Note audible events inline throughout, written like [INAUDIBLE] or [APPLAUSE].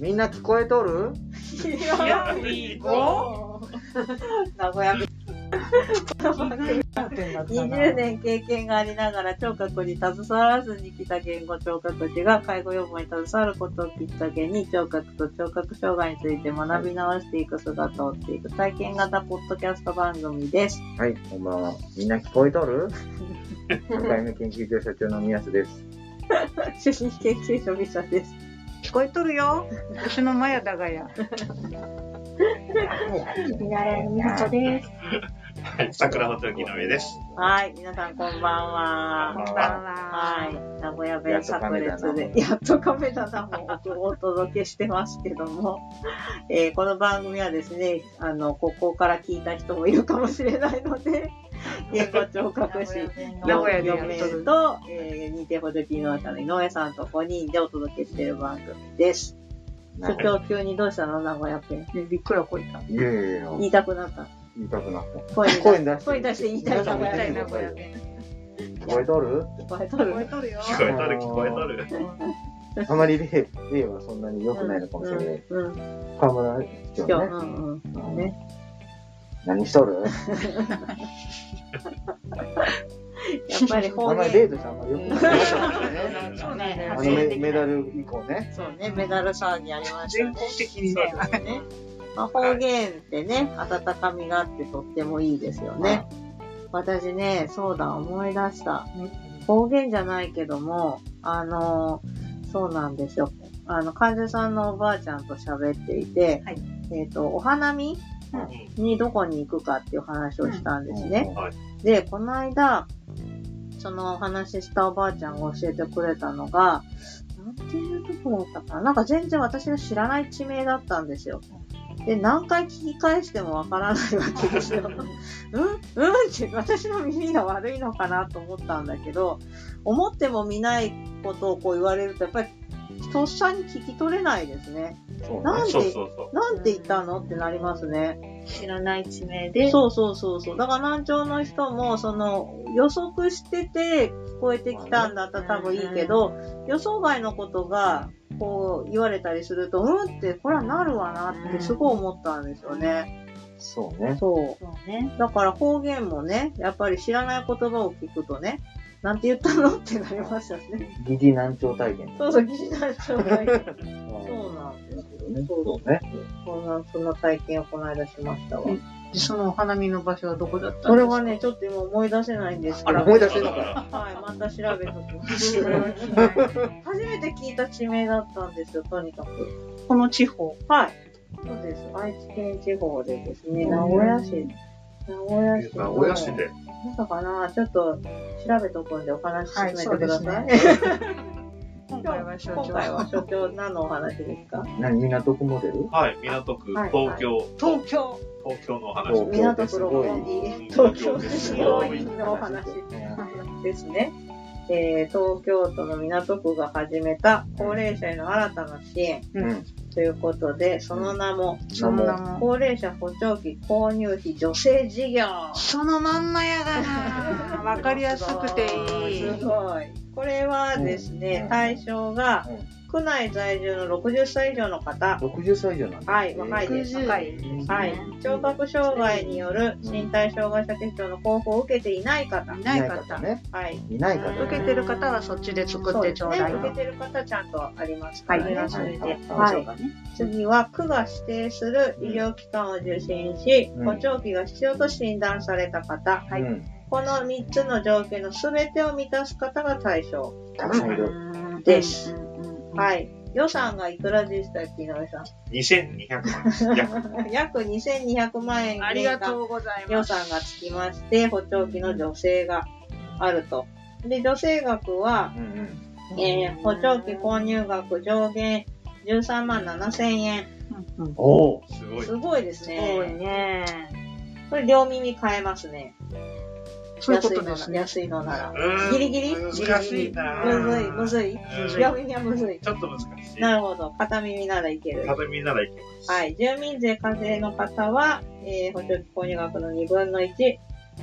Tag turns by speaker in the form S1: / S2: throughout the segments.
S1: みんな聞こえとる
S2: よりご
S3: 名古屋弁20
S2: 20
S3: 年経験がありながら聴覚に携わらずに来た言語聴覚士が介護予防に携わることをきっかけに聴覚と聴覚障害について学び直していく姿を追っていく体験型ポッドキャスト番組です。
S1: はい、こんばんは。みんな聞こえと
S3: [LAUGHS]
S1: る社会の研究所所長の宮瀬です。
S3: 主任研究所美沙です。
S2: 聞こえとるよ私のマヤだがや
S4: 見習いのみほです。
S5: はい、桜の時の上です。
S3: はい、皆さんこんばんは。
S2: こんばんは
S3: はい、名古屋弁炸裂で、やっとカメラさんもお届けしてますけども、えーこの番組はですね、あの、ここから聞いた人もいるかもしれない
S1: [LAUGHS]
S3: ので、言語聴覚士
S2: 名
S3: の
S2: 古屋でやっ
S3: 4
S2: と
S3: 名
S2: る
S3: と、えー、認定補助金の中の井上さんと5人でお届けしている番組です。所長急にどうしたの名古屋弁。
S2: ねびっくらこいた
S1: いやいやいや、
S3: 言いたくなった。
S1: 言いたくなった。
S3: 声に出
S1: 声に出して。
S3: 声に出して言いたい
S1: 皆さんも
S3: 名
S1: 言っ
S3: 古
S1: て
S3: 屋
S1: みて
S3: 弁
S1: くださいよ
S2: 聞
S1: 聞こえとる
S3: 声取る
S2: こえとるよ
S5: 聞こえとる、聞こえとる。
S1: あまり例例はそんなに良くないのかもしれない。
S3: うんうん
S1: 河村市
S3: 今
S1: 長
S3: 日、
S1: ね。
S3: うんうん。ね。
S1: 何しとる
S3: やっぱり
S1: あ
S3: 方
S1: んまりデ
S3: 言。
S1: ートしたらあんまり良くない。
S2: そうね
S1: あの
S2: 初め
S1: メ
S2: て
S1: メダル以降ね。
S3: そうね、メダル騒ぎありました
S2: 全
S3: ね。
S2: 国的にね
S3: そうですね。まあ、方言ってね、温かみがあってとってもいいですよね。私ね、そうだ、思い出した。方言じゃないけども、あの、そうなんですよ。あの、患者さんのおばあちゃんと喋っていて、
S2: はい
S3: えっ、と、お花見にどこに行くかっていう話をしたんですね。で、この間、そのお話ししたおばあちゃんが教えてくれたのが、なんていうとこだったかななんか全然私の知らない地名だったんですよ。で、何回聞き返してもわからないわけですよ。うんうんって、私の耳が悪いのかなと思ったんだけど、思っても見ないことをこう言われると、やっぱり、とっさに聞き取れないですね。
S1: そう
S3: なん
S5: そうそうそう。
S3: なんて言ったのってなりますね。
S4: 知らない地名で、
S3: そうそうそうそう。だから難聴の人も、その、予測してて聞こえてきたんだったら多分いいけど、予想外のことが、こう言われたりすると、うんって、これはなるわなってすごい思ったんですよね。
S1: そうね。
S3: そ
S4: そうね。
S3: う。だから方言もね、やっぱり知らない言葉を聞くとね、なんて言ったのってなりますよね。
S1: 疑似難聴体験。
S3: そうそう、疑似難聴体験。そう
S1: そ
S3: なんですよ
S1: うね。
S3: ね。そう
S1: そうね。
S3: そんな、そんな体験をこの間しましたわ。
S2: でそのお花見の場所はどこだったんですか
S3: それはね、ちょっと今思い出せないんですけど。
S1: 思い出せたから。
S3: はい、また調べときます。
S2: それは
S3: 初
S2: 聞いない
S3: めて聞いた地名だったんですよ、とにかく。
S2: この地方
S3: はい。そうです。愛知県地方でですね、名古屋市。名古屋市。
S5: 名古屋市。で。
S3: なんだかな、ちょっと調べとくんでお話し進めてください。
S2: 今回は所長
S3: 今回は所長何のお話ですか
S1: 何、港区モデル
S5: はい、港区、
S3: はい
S5: 東京、
S2: 東京
S5: 東京のお話。
S1: 京
S3: 港
S1: ってす
S3: 区六
S1: ごい
S3: 本木、東京市病院のお話ですね。えー東京都の港区が始めた高齢者への新たな支援
S1: うん。
S3: ということで、その名も、
S2: そんなもん
S3: 高齢者補聴器購入費助成事業。
S2: そのまんまやがなわかりやすくていい
S3: すごい。これはですね、
S1: うん
S3: 対象が
S1: うん、
S3: 区内在住の60歳以上の方。
S1: 60歳以上なんだ。
S3: はい、若いです。
S2: 若い
S3: はい。聴覚障害による身体障害者手帳の交付を受けていない方。
S2: い
S1: いな
S2: ない
S1: い
S2: 方
S1: 方ね。
S3: はい。
S1: いない方
S2: 受けてる方はそっちで作
S3: そ
S2: っ
S3: う
S2: て
S3: で
S2: ち
S3: す
S2: ょう
S3: ね
S2: だい。
S3: 受けてる方ちゃんとありますからね。
S2: はい
S3: それで
S1: は
S3: はい。次は、区が指定する医療機関を受診し、
S1: うん
S3: 補聴器が必要と診断された方。
S1: はい。うん
S3: この3つの条件の全てを満たす方が対象。
S1: たくさんいる。
S3: です
S2: は。
S3: はいい。予算がいくらでしたっけ、井上さん。
S5: 2200万。約
S3: 約2200万円
S2: ありがとうござい
S3: 予
S2: ます。
S3: 算がつきまして、補聴器の助成があると。で、助成額は、
S1: うん
S3: えー、補聴器購入額上限13万7千円。
S2: うん
S1: おお。
S5: すごい。
S3: すごいです
S2: すごい
S3: ね。
S2: ね。
S3: これ両耳買えますね。
S2: そういうことですね。
S3: 安いのな安いのなら。
S5: うーん
S3: ギリギリ
S5: 難しいな
S3: むずい、む
S5: い。
S3: ずい。
S5: むずい
S3: 両耳はむずい。
S5: ちょっと難しい。
S3: なるほど。片耳ならいける。
S5: ただみんならいけます。
S3: はい。住民税課税の方は、えー、補助金購入額の2分の1、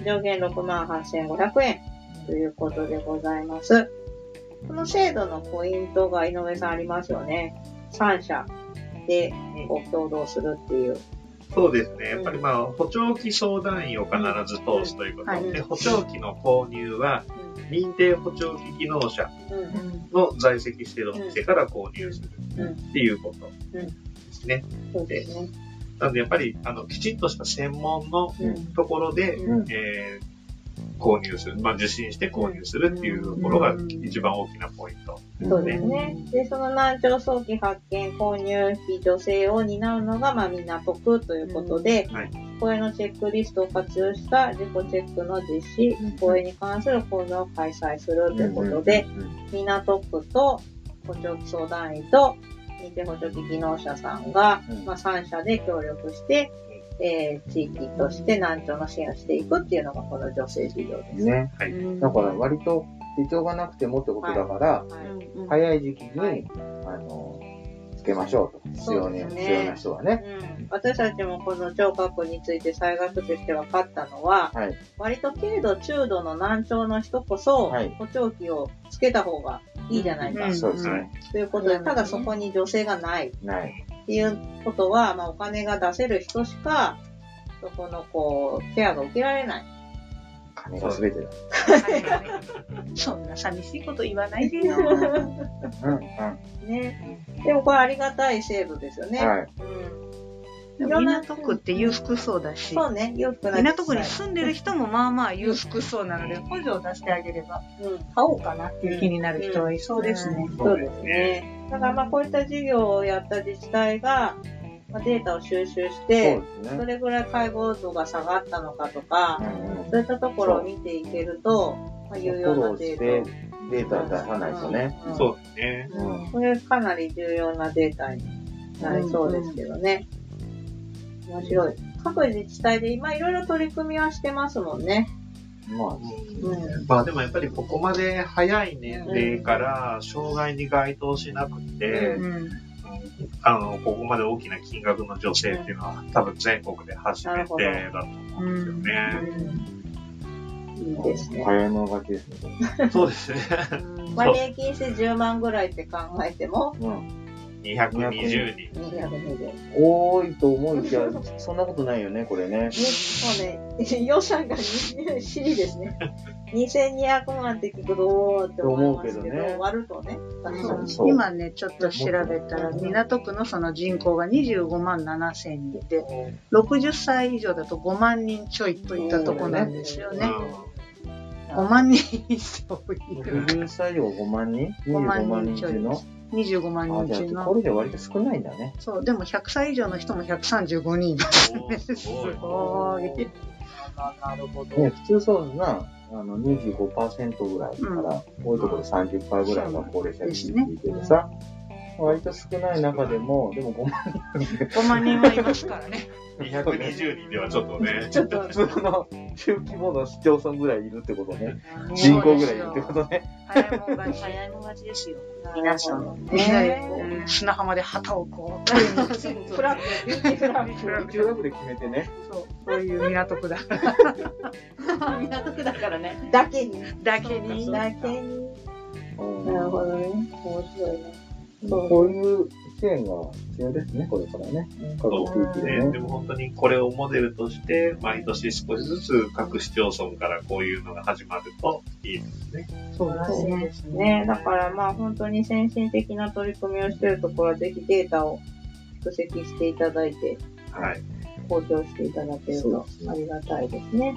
S3: 上限6万8500円ということでございます。この制度のポイントが井上さんありますよね。3社。で
S5: うん
S3: こう共同するっていう。
S5: そうですね。やっぱりまあ、補聴器相談員を必ず通すということで、
S3: うんはい
S5: 補聴器の購入は、認定補聴器技能者
S3: うんうん
S5: の在籍しているお店から購入する
S3: うん
S5: っていうこと
S3: うん
S5: ですね。
S3: そうですね。
S5: なので、やっぱり、あの、きちんとした専門の
S3: うん
S5: ところで、
S3: うん
S5: えー購入する、まあ、受信して購入するっていうところが
S3: うん
S5: 一番大きなポイント。
S3: そうですね。で、その難聴早期発見、購入費、助成を担うのが、まあ、港区ということで、
S5: うんはい
S3: 聞こえのチェックリストを活用した自己チェックの実施、聞こえに関する講座を開催するということで、港区と補聴器相談員と認定補聴器技能者さんが、
S1: うん
S3: まあ、3社で協力して、えー、地域として難聴の支援をしていくっていうのがこの女性事業で
S1: うん
S3: す。
S1: ね。
S5: はい。
S1: だから割と手帳がなくてもってことだから、
S3: はい
S1: 早い時期に、
S3: はい
S1: あの、つけましょうと。必要に、
S3: そうですね
S1: 必要な人はね。
S3: うん私たちもこの聴覚について再学習して分かったのは、
S1: はい
S3: 割と軽度、中度の難聴の人こそ、
S1: はい
S3: 補聴器をつけた方がいいじゃないか、
S2: うん
S1: そうですね。
S3: ということで、
S2: うん
S3: ただそこに女性がないっ
S1: ない。
S3: ていうことは、まあ、お金が出せる人しか、そこのこう、ケアが受けられない。
S1: 金が全てだ。
S2: そんな寂しいこと言わないでよ。
S1: うん、うん。は
S3: ね。でもこれありがたい制度ですよね。
S1: い。
S3: うん
S2: でも港区って裕福そうだし、
S3: そうね、裕福な自治体
S2: 港区に住んでる人もまあまあ裕福そうなので、補助を出してあげれば、
S3: うん
S2: 買おうかなっていう気になる人はいそうですね。
S3: そうですね。だからまあこういった事業をやった自治体が、まあ、データを収集し
S1: そう
S3: て、
S1: です
S3: ど
S1: ね。
S3: れぐらい介護度が下がったのかとか
S1: う、んうん
S3: そういったところを見ていけると、まあ、有
S1: フォ
S3: 用
S1: ロ
S3: な
S1: ーし
S3: デ
S1: て
S3: ー
S1: データを出さないとね。
S3: タ。
S5: そうですね。
S1: うん
S3: うん。これかなり重要なデータになりそうですけどね。面白い。各自治体で今いろいろ取り組みはしてますもんね。
S1: ま
S3: う
S5: まあでもやっぱりここまで早い年齢から障害に該当しなくて、
S2: うん
S5: あの、ここまで大きな金額の女性っていうのは多分全国で初めてだと思うんですよね。
S3: いいです
S1: あ、
S3: ね。
S1: 早いもの勝ちですね。
S5: そうですね。
S3: まあ平均して10万ぐらいって考えても、
S1: うん。
S5: 220人。
S3: 220円。
S1: 多いと思いきや、そんなことないよね、これね。
S3: そうね、 [LAUGHS] 予算が私利です [LAUGHS] ね。2200万って聞くと、おーって思いますけ
S1: と思うけどね
S3: ど、割るとね。
S1: そうそう
S2: 今ね、ちょっと調べたら、港区のその人口が25万7千人で、60歳以上だと5万人ちょいといったとこなんですよね。5万人以上いる。
S1: 60歳以上5万人 ?25
S2: 万
S1: 万人
S2: 人ちょ
S1: 中
S2: い
S1: の
S2: 25万
S1: あ、
S2: 人
S1: じ
S2: 中
S1: ゃあ、こ
S2: の。
S1: れで割と少ないんだね。
S2: そう、でも100歳以上の人も135人います。
S5: おーすごい。
S2: ごーい。
S3: なるほど。
S1: ね、普通そうな、あの、25%ぐらいから、多いところ30%ぐらいが高齢者って聞いてるさ、割と少ない中でも、でも5万
S2: 5万人はいますからね。
S5: 220人ではちょっとね、
S1: ちょっと普通の中規模の市町村ぐらいいるってことね。 [LAUGHS] 人口ぐらいいるってことね。
S2: 早いもんが早い。
S4: 早いもがちですよ。
S2: 皆さん、
S3: ね
S2: みんなでこう砂浜で旗を
S1: [LAUGHS]
S2: こう、
S3: フラップ、ビューティーフラッ
S2: フラッ
S1: 中学で決めてね。
S2: そう、そういう港 [LAUGHS] 区だ
S4: 港区だからね。
S3: プだけに。
S2: だけに。
S3: だけに。
S1: うん
S3: なるほどね。面白いね。
S1: こういう支援が必要ですね、これからね。各地域で
S5: ね、で
S1: ね。
S5: も本当にこれをモデルとして、毎年少しずつ各市町村からこういうのが始まるといいですね。
S2: そうだ
S3: そう
S2: ね。
S3: ですね。だからまあ本当に先進的な取り組みをしているところは、ぜひデータを蓄積していただいて、
S5: はい。
S3: 公表していただけるとありがたいですね。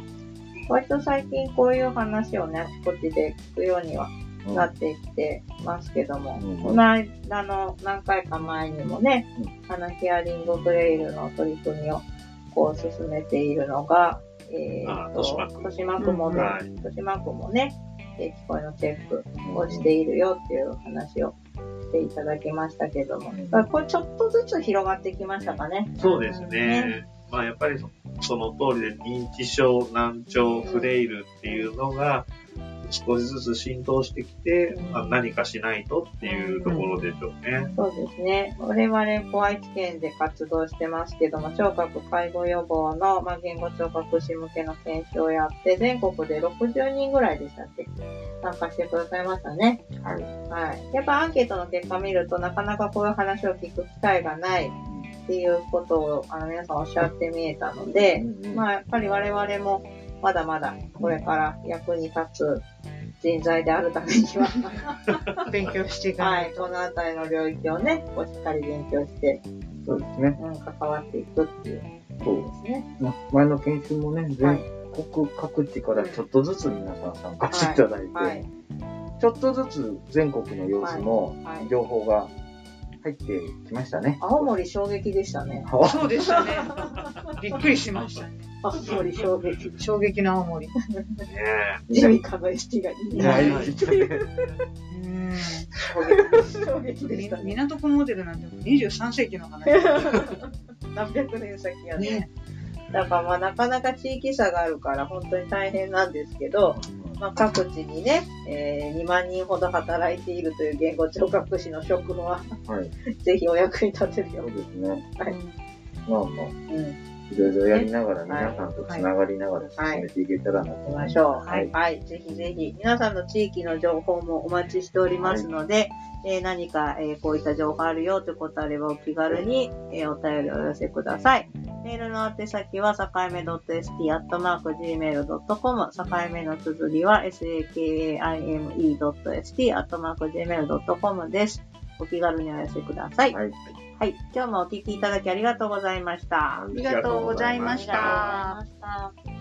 S3: 割と最近こういう話をね、あちこちで聞くようには
S1: うん
S3: なってきてますけども、
S1: うん
S3: この間の何回か前にもね、あのヒアリングブレイルの取り組みをこう進めているのが、え
S5: あ
S3: ー、と、
S5: 豊
S3: 豊島
S5: 島区
S3: 区もね、
S5: はい
S3: 豊島区もね、えー聞こえのチェックをしているよっていう話をしていただきましたけども、だからこれちょっとずつ広がってきましたかね。
S5: そうですね。まあやっぱりそその通りで認知症、難聴、フレイルっていうのが少しずつ浸透してきて、まあ、何かしないとっていうところでしょうね。
S3: そうですね。我々、こう愛知県で活動してますけども、聴覚介護予防の、まあ、言語聴覚士向けの研修をやって、全国で60人ぐらいでしたっけ参加してくださいましたね。
S1: はい
S3: はい。やっぱアンケートの結果見ると、なかなかこういう話を聞く機会がない、っていうことをあの皆さんおっしゃって見えたので、まあやっぱり我々もまだまだこれから役に立つ人材であるためには、
S2: 勉強していか
S3: は
S2: ない
S3: い、このあたりの領域をね、こうしっかり勉強して、
S1: そうですね。
S3: うん、関わっていくっていう。
S1: そうですね。ま前の研修もね、
S3: は
S1: 全
S3: い、
S1: 国各地からちょっとずつ皆さん参加していただいて、
S3: はい、
S1: ちょっとずつ全国の様子の
S3: はい。
S1: 情報が入ってきましたね。
S3: 青森衝撃でしたね。
S2: [LAUGHS] そうでしたね。びっくりしましたね。
S3: 青森衝撃。
S2: 衝撃の青森。う
S5: ね
S3: 地味風石がいいな。
S1: [LAUGHS] ないですね。
S2: ーん。
S3: 衝撃で
S2: み
S3: したね。
S2: 港区モデルなんて23世紀の話。
S3: 何百年先やね。だからまあなかなか地域差があるから本当に大変なんですけど、まあ、各地にね、えー2万人ほど働いているという言語聴覚士の職務は、
S1: はい。
S3: [LAUGHS] ぜひお役に立てる
S1: そ
S3: よ
S1: うですね。
S3: はい
S1: まあまあ、
S3: うに、うん、
S1: いろいろやりながら、
S3: はい
S1: 皆さんとつながりながら進めていけたらなと思い
S3: 行きま
S1: ます。
S3: しょう。
S1: は
S3: はいい、ぜひぜひ、皆さんの地域の情報もお待ちしておりますので、えー何か、えーこういった情報あるよということあればお気軽に、えーお便りをお寄せください。メールの宛先は、さかいめ .st.gmail.com、さかいめの綴りは、sakaime.st.gmail.com です。お気軽にお寄せください。はい、
S1: はい。
S3: 今日もお聞きいただきありがとうございました。
S1: あ
S2: ありがとうございまし
S3: ありがとうございま
S2: た。
S3: した。